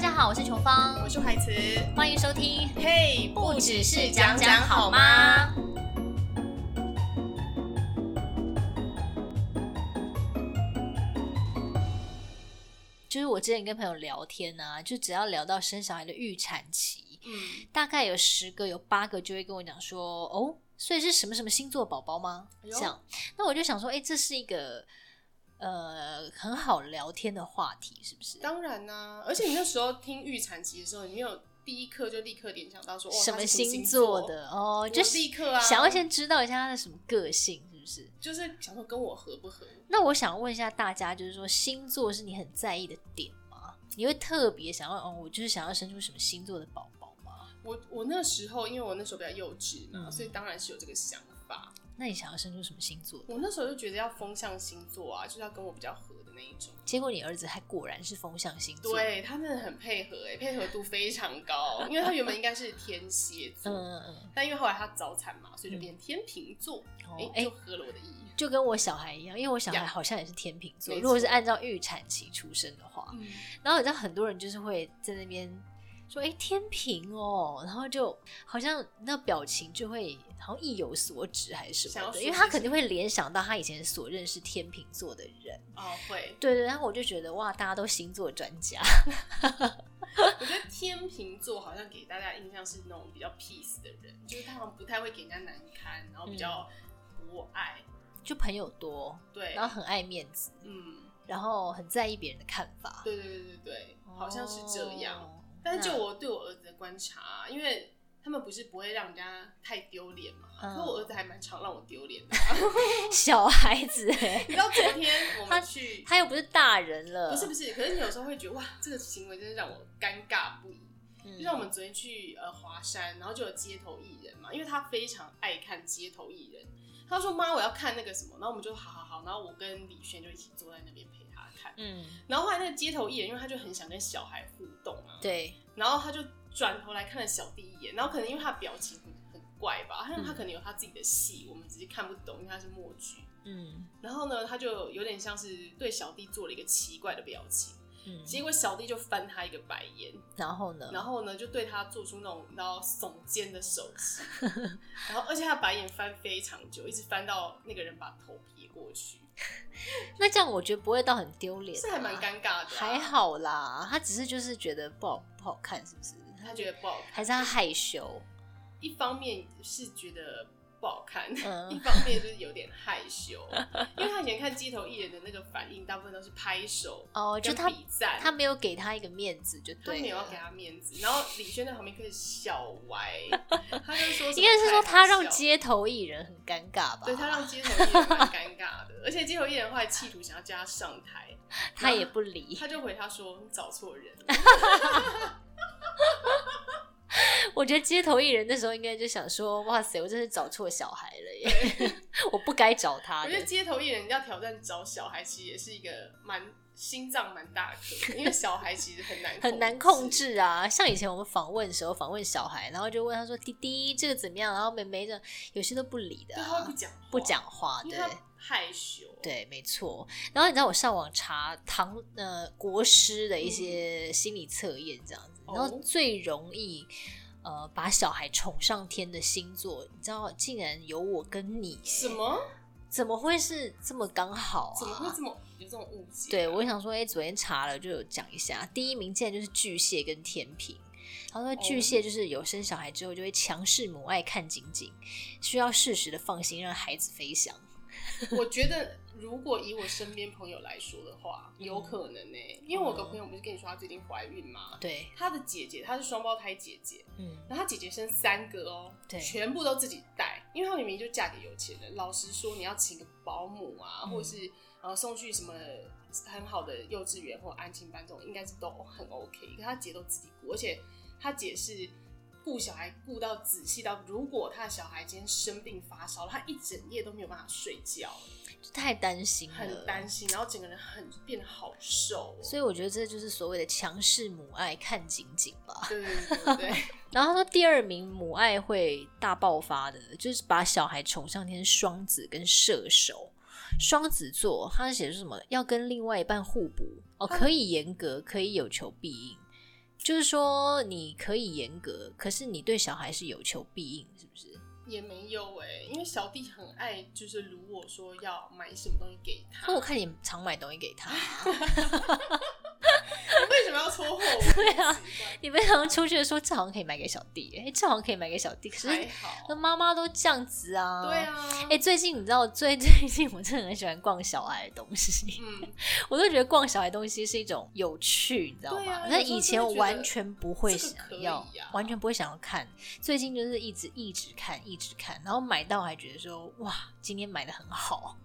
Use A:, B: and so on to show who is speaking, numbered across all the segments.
A: 家好，我是琼芳，
B: 我是怀慈，
A: 欢迎收听。
B: 嘿、
A: 不只是讲讲好吗？就是我之前跟朋友聊天啊，就只要聊到生小孩的预产期，
B: 嗯，
A: 大概有十个有八个就会跟我讲说，哦，所以是什么什么星座宝宝吗？
B: 哎呦
A: 这样，那我就想说，哎、这是一个呃很好聊天的话题，是不是？
B: 当然啦、而且你那时候听预产期的时候，你没有第一刻就立刻联想到说，哇，
A: 什
B: 哦他
A: 么
B: 是
A: 星
B: 星
A: 座？的哦，
B: 我
A: 就
B: 就是立刻啊，
A: 想要先知道一下他的什么个性，是不是？
B: 就是想说跟我合不合？
A: 那我想问一下大家，就是说星座是你很在意的点吗？你会特别想要，哦，我就是想要生出什么星座的宝宝吗？
B: 我我那时候因为我那时候比较幼稚嘛，
A: 嗯
B: 所以当然是有这个想法。
A: 那你想要生出什么星座的？
B: 我那时候就觉得要风象星座啊，就是要跟我比较合的那一种。
A: 结果你儿子还果然是风象星座，，
B: 对他真的很配合、哎，配合度非常高，因为他原本应该是天蝎座，
A: 嗯嗯嗯，
B: 但因为后来他早产嘛，所以就变天秤座，哎、
A: 哦，哎、
B: 就合了我的意。
A: 就跟我小孩一样，因为我小孩
B: 呀
A: 好像也是天秤座，
B: 没
A: 如果是
B: 错
A: 按照预产期出生的话，
B: 嗯，
A: 然后你知道很多人就是会在那边说：“哎、天平哦。”然后就好像那表情就会好像意有所指还是什
B: 想
A: 么
B: 要
A: 的，
B: 说
A: 因为
B: 些
A: 他
B: 什
A: 肯定会联想到他以前所认识天秤座的人。
B: 哦，会。
A: 对对，然后我就觉得哇，大家都星座专家，呃
B: 我觉得天秤座好像给大家印象是那种比较 peace 的人，就是他好像不太会给人家难堪，然后比较博爱，
A: 就朋友多，嗯
B: 对，
A: 然后很爱面子，
B: 嗯，
A: 然后很在意别人的看法，
B: 对对对对对，好像是这样。
A: 哦
B: 但是就
A: 那
B: 我对我儿子的观察，因为他们不是不会让人家太丢脸嘛，
A: 嗯
B: 可我儿子还蛮常让我丢脸的。啊
A: 小孩子、哎
B: 你知道昨天我
A: 他
B: 们去，
A: 他又不是大人了，
B: 不是不是，可是你有时候会觉得哇，这个行为真的让我尴尬不已。
A: 嗯
B: 就像我们昨天去呃华山，然后就有街头艺人嘛，因为他非常爱看街头艺人。他说：“妈，我要看那个什么。”然后我们就好好好，然后我跟李轩就一起坐在那边陪他看。
A: 嗯，
B: 然后后来那个街头艺人，因为他就很想跟小孩互动啊，
A: 对，
B: 然后他就转头来看了小弟一眼，然后可能因为他表情很很怪吧，他
A: 嗯
B: 他可能有他自己的戏，我们只是看不懂，因为他是默剧。
A: 嗯
B: 然后呢，他就有点像是对小弟做了一个奇怪的表情，
A: 嗯，
B: 结果小弟就翻他一个白眼，
A: 然后呢？
B: 然后呢，就对他做出那种然后耸肩的手 势，然后而且他白眼翻非常久，一直翻到那个人把头撇过去，
A: 那这样我觉得不会到很丢脸、啊，
B: 是还蛮尴尬的、
A: 还，好啦，他只是就是觉得不好不好看，是不是？
B: 他觉得不好看，
A: 还是他害羞？
B: 一方面是觉得不好看，
A: 嗯
B: 一方面就是有点害羞，因为他以前看街头艺人的那个反应，大部分都是拍手
A: 哦，就
B: 跟
A: 他
B: 比赞，
A: 他没有给他一个面子，就
B: 他
A: 对了。
B: 没有要给他面子，然后李轩在旁边开始笑 歪，他就说什么
A: 应该是说
B: 太
A: 他
B: 好
A: 让
B: 笑
A: 街头艺人很尴尬吧？
B: 对他让街头艺人蛮尴尬的，而且街头艺人后来企图想要叫他上台，
A: 他也不理。
B: 他就回他说：“你找错人了。
A: 我觉得街头艺人那时候应该就想说，哇塞，我真是找错小孩了耶，我不该找”他
B: 我
A: 的
B: 觉。得街头艺人要挑战找小孩，其实也是一个蛮心脏蛮大颗的，因为小孩其实很难
A: 很难控。制啊！像以前我们访问的时候，访问小孩，然后就问他说：“弟弟，这个怎么样？”然后妹妹这样有些都不理的
B: 对，
A: 啊、
B: 他会不讲话
A: 不，讲话，
B: 因
A: 对
B: 为他害羞。，
A: 对，没错。然后你知道我上网查唐呃国师的一些心理测验这样子，
B: 嗯哦
A: 然后最容易呃把小孩宠上天的星座，你知道竟然有我跟你耶，
B: 什么？
A: 怎么会是这么刚好啊？
B: 怎么会这么有这种误解啊？
A: 对，我想说，哎、昨天查了就有讲一下，第一名竟然就是巨蟹跟天平。然后说巨
B: 哦
A: 蟹就是有生小孩之后就会强势母爱看紧紧，需要适时的放心让孩子飞翔。
B: 我觉得如果以我身边朋友来说的话，有
A: 嗯
B: 可能呢、因为我有个朋友不是跟你说她最近怀孕吗？
A: 对，
B: 她的姐姐，她是双胞胎姐姐，
A: 嗯，
B: 然后她姐姐生三个哦，
A: 对
B: 全部都自己带，因为她明明就嫁给有钱人。老实说，你要请个保姆啊，
A: 嗯
B: 或者是呃送去什么很好的幼稚园或安亲班这种，应该是都很 OK。可她姐都自己顾，而且她姐是顾小孩顾到仔细到，如果她的小孩今天生病发烧，她一整夜都没有办法睡觉，
A: 就太担心了，
B: 很担心，然后整个人很变得好瘦、哦。
A: 所以我觉得这就是所谓的强势母爱看紧紧吧。
B: 对对对对对，
A: 然后他说第二名母爱会大爆发的，就是把小孩宠上天，双子跟射手。双子座，他写的是什么？要跟另外一半互补哦，可以严格，可以有求必应，就是说你可以严格，可是你对小孩是有求必应，是不是？
B: 也没有哎、因为小弟很爱就是如我说要买什么东西给他，
A: 那我看你常买东西给 他，
B: 我为什么要戳 破我？
A: 对啊，你们常常出去的时候，这好像可以买给小弟，哎、这好像可以买给小弟，可
B: 还
A: 是那
B: 好，
A: 妈妈都这样子啊，
B: 对。啊，
A: 哎、最近你知道，最 最近我真的很喜欢逛小孩的东西，
B: 嗯，
A: 我都觉得逛小孩的东西是一种有趣，你知道
B: 对
A: 吗
B: 啊？
A: 那、
B: 有时候
A: 以前
B: 真的
A: 我
B: 觉得
A: 完全不会
B: 这
A: 想
B: 个可以啊
A: 要，
B: 呀
A: 完全不会想要看。最近就是一直一直看，一直看，然后买到还觉得说，哇，今天买的很好。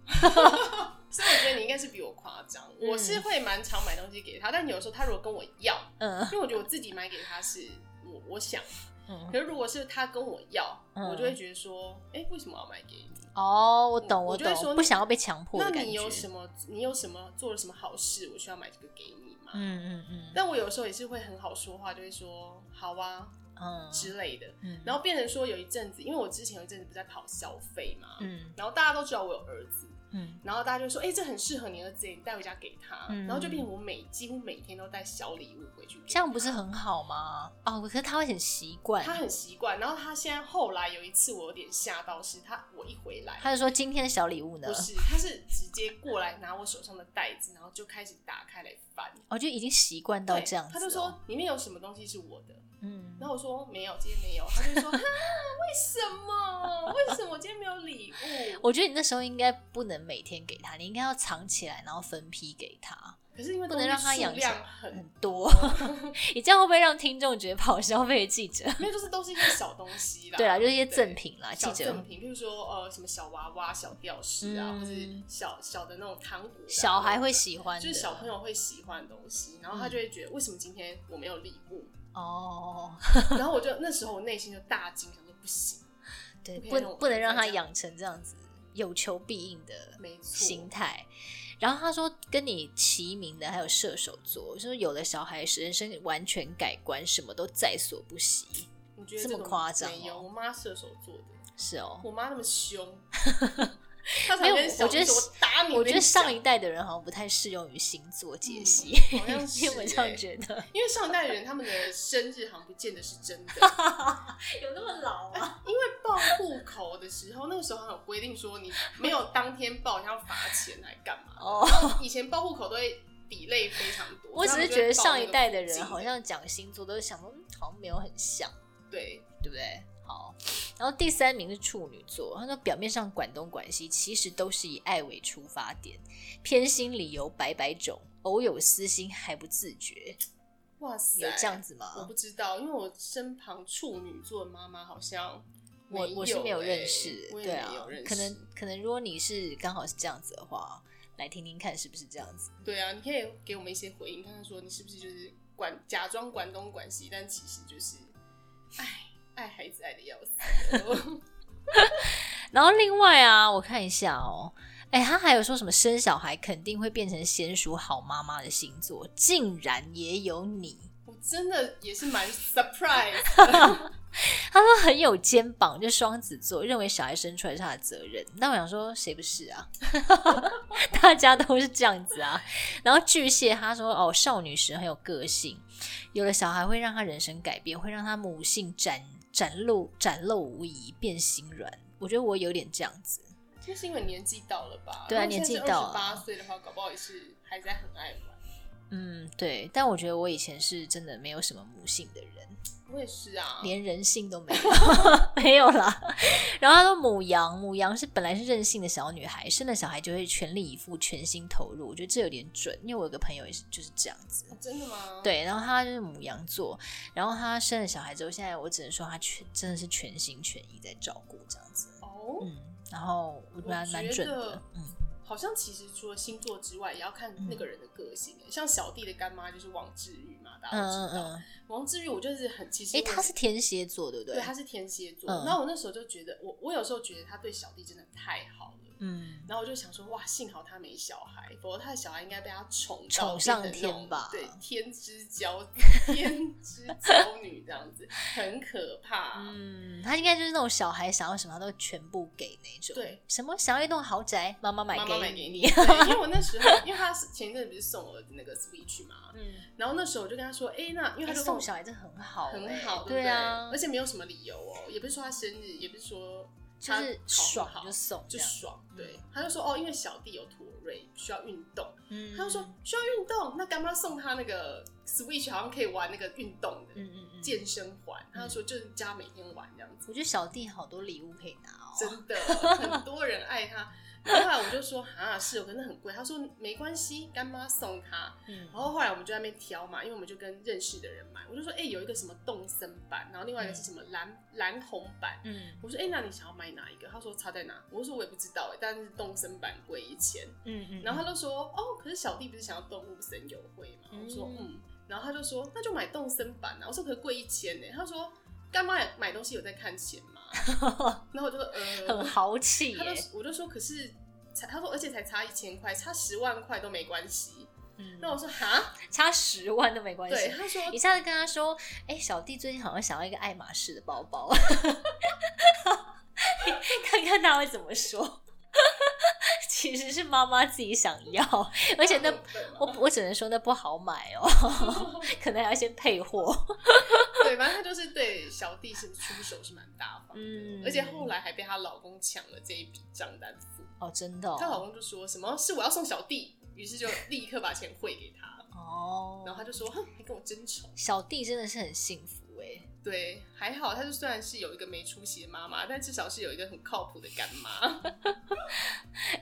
B: 所以我觉得你应该是比我夸张，
A: 嗯
B: 我是会蛮常买东西给他，但有时候他如果跟我要，
A: 嗯
B: 因为我觉得我自己买给他是我我想，
A: 嗯，
B: 可是如果是他跟我要，
A: 嗯
B: 我就会觉得说，哎、为什么要买给你？
A: 哦，我懂，
B: 我就会
A: 懂，
B: 说
A: 不想要被强迫
B: 那
A: 的感
B: 你
A: 觉。
B: 有什么？你有什么做了什么好事？我需要买这个给你吗？
A: 嗯嗯嗯
B: 但我有时候也是会很好说话，就会说好啊
A: 嗯，
B: 之类的。
A: 嗯
B: 然后变成说有一阵子，因为我之前有一阵子不是在跑消费嘛，
A: 嗯
B: 然后大家都知道我有儿子，
A: 嗯
B: 然后大家就说，哎、这很适合你儿子耶，你带回家给他。
A: 嗯
B: 然后就变成我每几乎每天都带小礼物回去给他，
A: 这样不是很好吗？哦，可是他会很习惯，
B: 他很习惯。然后他现在后来有一次我有点吓到，是他我一回来，
A: 他就说今天的小礼物呢
B: 不，是，他是直接过来拿我手上的袋子，然后就开始打开来翻。
A: 我就已经习惯到
B: 对
A: 这样子、哦。
B: 他就说里面有什么东西是我的，
A: 嗯，
B: 然后我说没有，今天没有。他就说 哈，为什么？为什么我今天没有礼物？
A: 我觉得你那时候应该不能每天给他，你应该要藏起来，然后分批给他，
B: 可是因为
A: 不能让他
B: 东西
A: 养
B: 数量
A: 成
B: 很
A: 很多。
B: 哦
A: 你这样会不会让听众觉得跑消费的记者？
B: 没有，就是都是一些小东西啦。
A: 对啊啦，就是一些
B: 对
A: 赠品啦，记
B: 啊小赠
A: 者。
B: 品，譬如说呃什么小娃娃、小吊饰啊，
A: 嗯
B: 或是小小的那种糖果啊、
A: 小孩会喜欢的，嗯
B: 就是小朋友会喜欢的东西，然后他就会觉得为什么今天我没有礼物？
A: 哦，
B: 然后我就 那时候我内心就大惊，想说不行，
A: 对，
B: 不可以
A: 不
B: 让我
A: 不能
B: 儿子
A: 让
B: 再
A: 他
B: 这样
A: 养成这样子有求必应的
B: 没错
A: 心态。然后他说，跟你齐名的还有射手座，说有的小孩人生完全改观，什么都在所不惜。
B: 你觉得
A: 这么
B: 个
A: 夸张哦
B: 没有，我妈射手座的，
A: 是哦，
B: 我妈那 么凶，她
A: 没
B: 常
A: 有
B: 跟小
A: 我觉得
B: 弟说
A: 是
B: 我打你，
A: 我
B: 跟
A: 觉
B: 你
A: 得上
B: 讲
A: 一代的人好像不太适用于星座解析，
B: 好 像是
A: 因为我这样
B: 欸
A: 觉得。
B: 因为上一代人他们的生日好像不见得是 真的，
A: 欸有那么老吗？
B: 因为报户口的时候，那个时候好像有规定说你没有当天报，你要罚钱来干嘛？
A: 哦，
B: 以前报户口都会抵赖非常多，
A: 我只
B: 所以
A: 是
B: 他们就
A: 觉得
B: 会报
A: 上一
B: 那个
A: 代的
B: 附近
A: 人好像讲星座都是想说，嗯，好像没有很像，
B: 对，
A: 对不对？好，然后第三名是处女座，他说表面上管东管西，其实都是以爱为出发点，偏心理由百百种，偶有私心还不自觉，
B: 哇
A: 有
B: 塞，
A: 这样子
B: 我
A: 吗
B: 不？知道，因为我身旁处女座的妈妈好像
A: 我
B: 有
A: 我是没有
B: 欸
A: 认识，
B: 我也
A: 对
B: 没
A: 啊
B: 有认，识，
A: 可能可能如果你是刚好是这样子的话，来听听看是不是这样子。
B: 对啊，你可以给我们一些回应，看看说你是不是就是管假装管东管西，但其实就是，哎，爱孩子爱的 要死。
A: 然后另外啊，我看一下哦，哎，他还有说什么生小孩肯定会变成娴熟好妈妈的星座，竟然也有你。
B: 我真的也是蛮 surprise，
A: 他说很有肩膀，就双子座，认为小孩生出来是他的责任。那我想说，谁不是啊？ 大家都是这样子啊。然后巨蟹他说哦，少女时很有个性，有了小孩会让他人生改变，会让他母性展展露展露无遗，变心软。我觉得我有点这样子。
B: 就是因为年纪到了吧？
A: 对啊年纪到了
B: 八岁的话，搞不好也是还在很爱玩。
A: 嗯，对，但我觉得我以前是真的没有什么母性的人，
B: 我也是啊，
A: 连人性都没有， 没有啦。 然后他说母羊，母羊是本来是任性的小女孩，生了小孩就会全力以赴、全心投入。我觉得这有点准，因为我有个朋友也是就是这样子。
B: 真的吗？，
A: 对，然后他就是母羊座，然后他生了小孩之后，现在我只能说他全真的是全心全意在照顾这样子。
B: 哦、
A: 嗯，然后我觉得还蛮
B: 我觉
A: 准
B: 得
A: 的。嗯，
B: 好像其实除了星座之外，也要看那个人的个性。欸像小弟的干妈就是王志玉嘛，大家都
A: 嗯嗯
B: 知道。
A: 嗯，
B: 王志玉，我就是很其实
A: 哎、
B: 我
A: 他是天蝎座，对不
B: 对
A: 对
B: 他是天蝎座，
A: 嗯
B: 然后我那时候就觉得，我我有时候觉得他对小弟真的太好了。
A: 嗯，
B: 然后我就想说，哇，幸好他没小孩，否则他的小孩应该被他宠到
A: 宠上
B: 变成那种
A: 天吧
B: 对，天之娇 天之娇女这样子，很可怕。
A: 嗯，他应该就是那种小孩想要什么他都全部给那种，
B: 对，
A: 什么想要一栋豪宅，妈妈买
B: 妈
A: 给
B: 妈
A: 你，嗯
B: 买给你，对，因为我那时候，因为他是前一阵子不是送我那个 Switch 嘛，
A: 嗯，
B: 然后那时候我就跟他说，哎、那因为
A: 哎
B: 他就跟我
A: 送小孩真的很好、欸，
B: 很好，
A: 对
B: 对
A: 啊
B: 不对，而且没有什么理由哦，也不是说他生日，也不是说
A: 就
B: 他
A: 是
B: 好不
A: 爽
B: 好
A: 就送这
B: 就
A: 样，
B: 爽，对，他就说哦，因为小弟有妥瑞需要运动，
A: 嗯，
B: 他就说需要运动，那干妈送他那个 Switch 好像可以玩那个运动的
A: 嗯嗯嗯，
B: 健身环，他就说就是加每天玩这样子，
A: 我觉得小弟好多礼物可以拿哦，
B: 真的很多人爱他。然后后来我就说啊，是，可是很贵。他说没关系，干妈送他。
A: 嗯
B: 然，后后来我们就在那边挑嘛，因为我们就跟认识的人买，我就说，哎、有一个什么动森版，然后另外一个是什么蓝、蓝红版，
A: 嗯
B: 我说，哎、那你想要买哪一个？他说差在哪？我说我也不知道、哎，但是动森版贵一千，
A: 嗯嗯，
B: 然后他就说，哦，可是小弟不是想要动物森友会嘛？我说，
A: 嗯
B: 嗯，然后他就说，那就买动森版啊。我说，可是贵一千呢。他说，干妈也买东西有在看钱吗？ 然后我就说，
A: 很欸
B: 呃，
A: 豪气
B: 他
A: 耶，
B: 就我就说，可是才他说，而且才差一千块，差十万块都没关系。
A: 嗯，
B: 那我说，哈。
A: 差十万都没关
B: 对，
A: 系。
B: 他说
A: 一下子跟他说，哎、小弟最近好像想要一个爱马仕的包包， 看看他会怎么说。 其实是妈妈自己想要， 而且
B: 嗯
A: 那我我只能说那不好买 哦，可能还要先配货。
B: 对，反正他就是对小弟是出手是蛮大方的，
A: 嗯
B: 而且后来还被她老公抢了这一笔账单付。
A: 哦，真的
B: 她
A: 哦，
B: 老公就说什么是我要送小弟，于是就立刻把钱汇给他，然后
A: 哦，
B: 他就说哼，你跟我争宠。
A: 小弟真的是很幸福哎、
B: 对，还好，他就虽然是有一个没出息的妈妈，但至少是有一个很靠谱的干妈。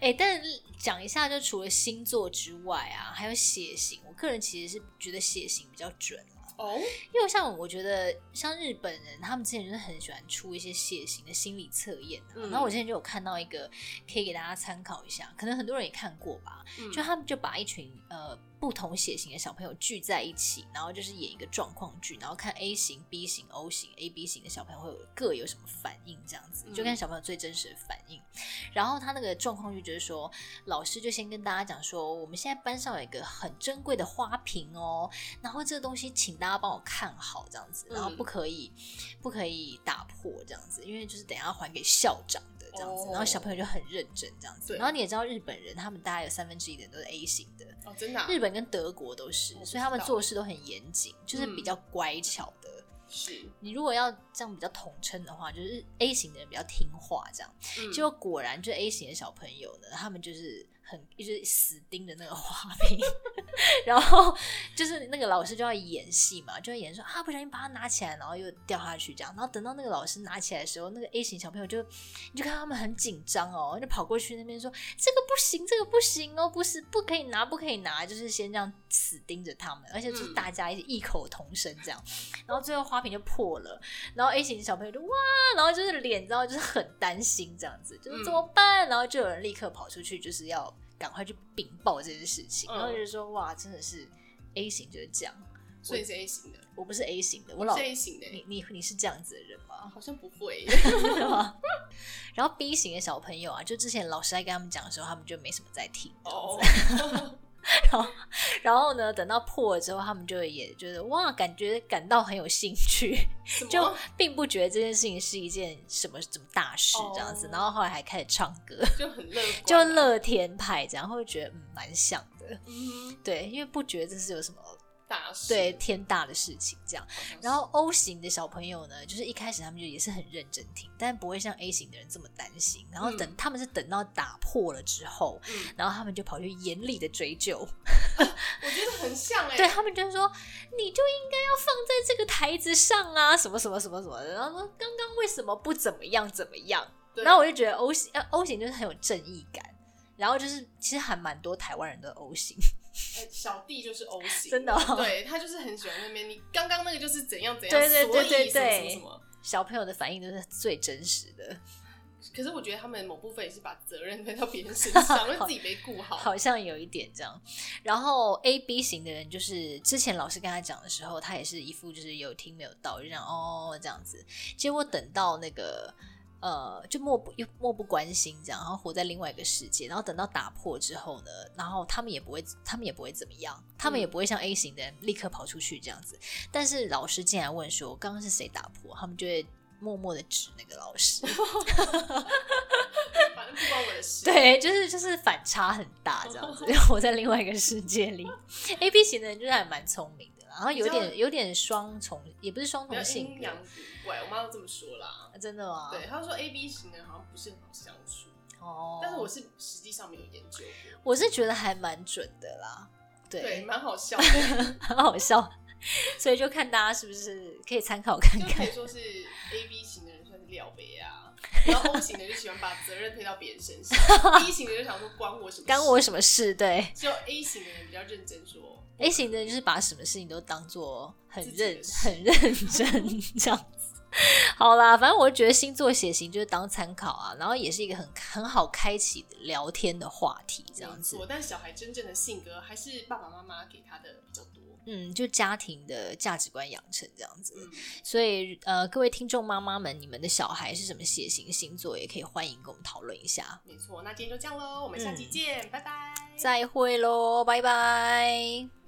A: 哎、但是讲一下，就除了星座之外啊，还有血型。我个人其实是觉得血型比较准啊，
B: 哦，
A: 因为像我觉得，像日本人他们之前就是很喜欢出一些血型的心理测验、啊。
B: 嗯
A: 然后我之前就有看到一个，可以给大家参考一下，可能很多人也看过吧。
B: 嗯
A: 就他们就把一群呃不同血型的小朋友聚在一起，然后就是演一个状况剧，然后看 A 型、B 型、O 型、A、B 型的小朋友会有各有什么反应，这样子
B: 嗯
A: 就看小朋友最真实的反应。然后他那个状况剧就是说，老师就先跟大家讲说，我们现在班上有一个很珍贵的花瓶哦，然后这个东西请大家帮我看好，这样子，
B: 嗯
A: 然后不可以不可以打破这样子，因为就是等一下还给校长的这样子，
B: 哦
A: 然后小朋友就很认真这样子。
B: 对
A: 然后你也知道日本人，他们大概有三分之一的人都是 A 型的，
B: 哦，真的啊、
A: 日本跟德国都是
B: 我，不
A: 所以他们
B: 知道嗯
A: 做事都很严谨，就是比较乖巧的。
B: 是，
A: 你如果要这样比较统称的话，就是 A 型的人比较听话这样。
B: 嗯
A: 结果果然，就 A 型的小朋友呢，他们就是很就是死盯着那个花瓶， 然后就是那个老师就要演戏嘛，就要演说啊，不小心把它拿起来，然后又掉下去这样。然后等到那个老师拿起来的时候，那个 A 型小朋友就你就看他们很紧张哦，就跑过去那边说这个不行，这个不行哦，不是不可以拿，不可以拿，就是先这样死盯着他们，而且就是
B: 嗯
A: 大家异口同声这样。然后最后花瓶就破了，然后 A 型小朋友就哇，然后就是脸，然后就是很担心这样子，就是
B: 嗯
A: 怎么办？然后就有人立刻跑出去，就是要赶快去禀报这件事情。
B: 嗯
A: 然后就是说哇，真的是 A 型就是这样，
B: 所以你是 A 型的，
A: 我不是 A 型的，我老嗯
B: 是 A 型的，
A: 你你你是这样子的人吗？
B: 好像不会。
A: 然后 B 型的小朋友啊，就之前老师在跟他们讲的时候，他们就没什么在听。
B: 哦，
A: 然后呢，等到破了之后，他们就也觉得哇，感觉感到很有兴趣。
B: 什么
A: 就并不觉得这件事情是一件什么什么大事这样子
B: 哦
A: 然后后来还开始唱歌，
B: 就很乐观啊，
A: 就乐天派这样，会觉得嗯蛮像的，
B: 嗯
A: 对，因为不觉得这是有什么
B: 大事
A: 对，天大的事情这样。
B: 好像是
A: 然后 O 型的小朋友呢，就是一开始他们就也是很认真听，但不会像 A 型的人这么担心。然后等、
B: 嗯
A: 他们是等到打破了之后，
B: 嗯
A: 然后他们就跑去严厉的追究，
B: 我觉得很像哎、
A: 对他们就是说，你就应该要放在这个台子上啊，什么什么什么什么的。然后说刚刚为什么不怎么样怎么样？
B: 对
A: 然后我就觉得 O 型，呃，O 型就是很有正义感。然后就是，其实还蛮多台湾人都 O 型，
B: 呃小弟就是 O 型，
A: 真的哦
B: 对他就是很喜欢那边。你刚刚那个就是怎样怎样，
A: 对对对对
B: 所
A: 对
B: 以什么什么什么。
A: 小朋友的反应都是最真实的，
B: 可是我觉得他们某部分也是把责任推到别 人身上，因为自己没顾好。
A: 好像有一点这样。然后 A B 型的人，就是之前老师跟他讲的时候，他也是一副就是有听没有到，就这样哦这样子。结果等到那个呃，就漠不又漠不关心这样，然后活在另外一个世界，然后等到打破之后呢，然后他们也不会，他们也不会怎么样，他们也不会像 A 型的人立刻跑出去这样子。但是老师竟然问说刚刚是谁打破，他们就会默默的指那个老师。
B: 反正不关我的事。，
A: 对，就是就是反差很大这样子，活在另外一个世界里。A B 型的人就是还蛮聪明的啦，然后有
B: 你知
A: 点有点双重，也不是双
B: 不要
A: 重性
B: 阴
A: 格
B: 阳，古怪，我妈都这么说啦。
A: 啊真的吗？
B: 对，她说 A B 型的人好像不是很好相处，
A: 哦，
B: 但是我是实际上没有研究过。
A: 我是觉得还蛮准的啦，
B: 对，
A: 对，
B: 蛮好笑的，
A: 很好笑， 所以就看大家是不是可以参考看
B: 就可
A: 看
B: 以。说是 A B 型的人算是料杯啊， 然后 O 型的就喜欢把责任推到别人身上，B 型的就想说关我什么？啊
A: 干我。什么事？对
B: 只有 A 型的人比较认真说，
A: ，A 型的人就是把什么事情都当做很
B: 自己的
A: 认
B: 事
A: 很认真这样子。好啦，反正我觉得星座血型就是当参考啊，然后也是一个很很好开启聊天的话题，这样子
B: 没。错但小孩真正的性格还是爸爸妈妈给他的比较多。
A: 嗯，就家庭的价值观养成这样子。
B: 嗯，
A: 所以呃，各位听众妈妈们，你们的小孩是什么血型星座，也可以欢迎跟我们讨论一下。
B: 没错。那今天就这样喽，我们下期见，拜拜。
A: 再会喽，拜拜。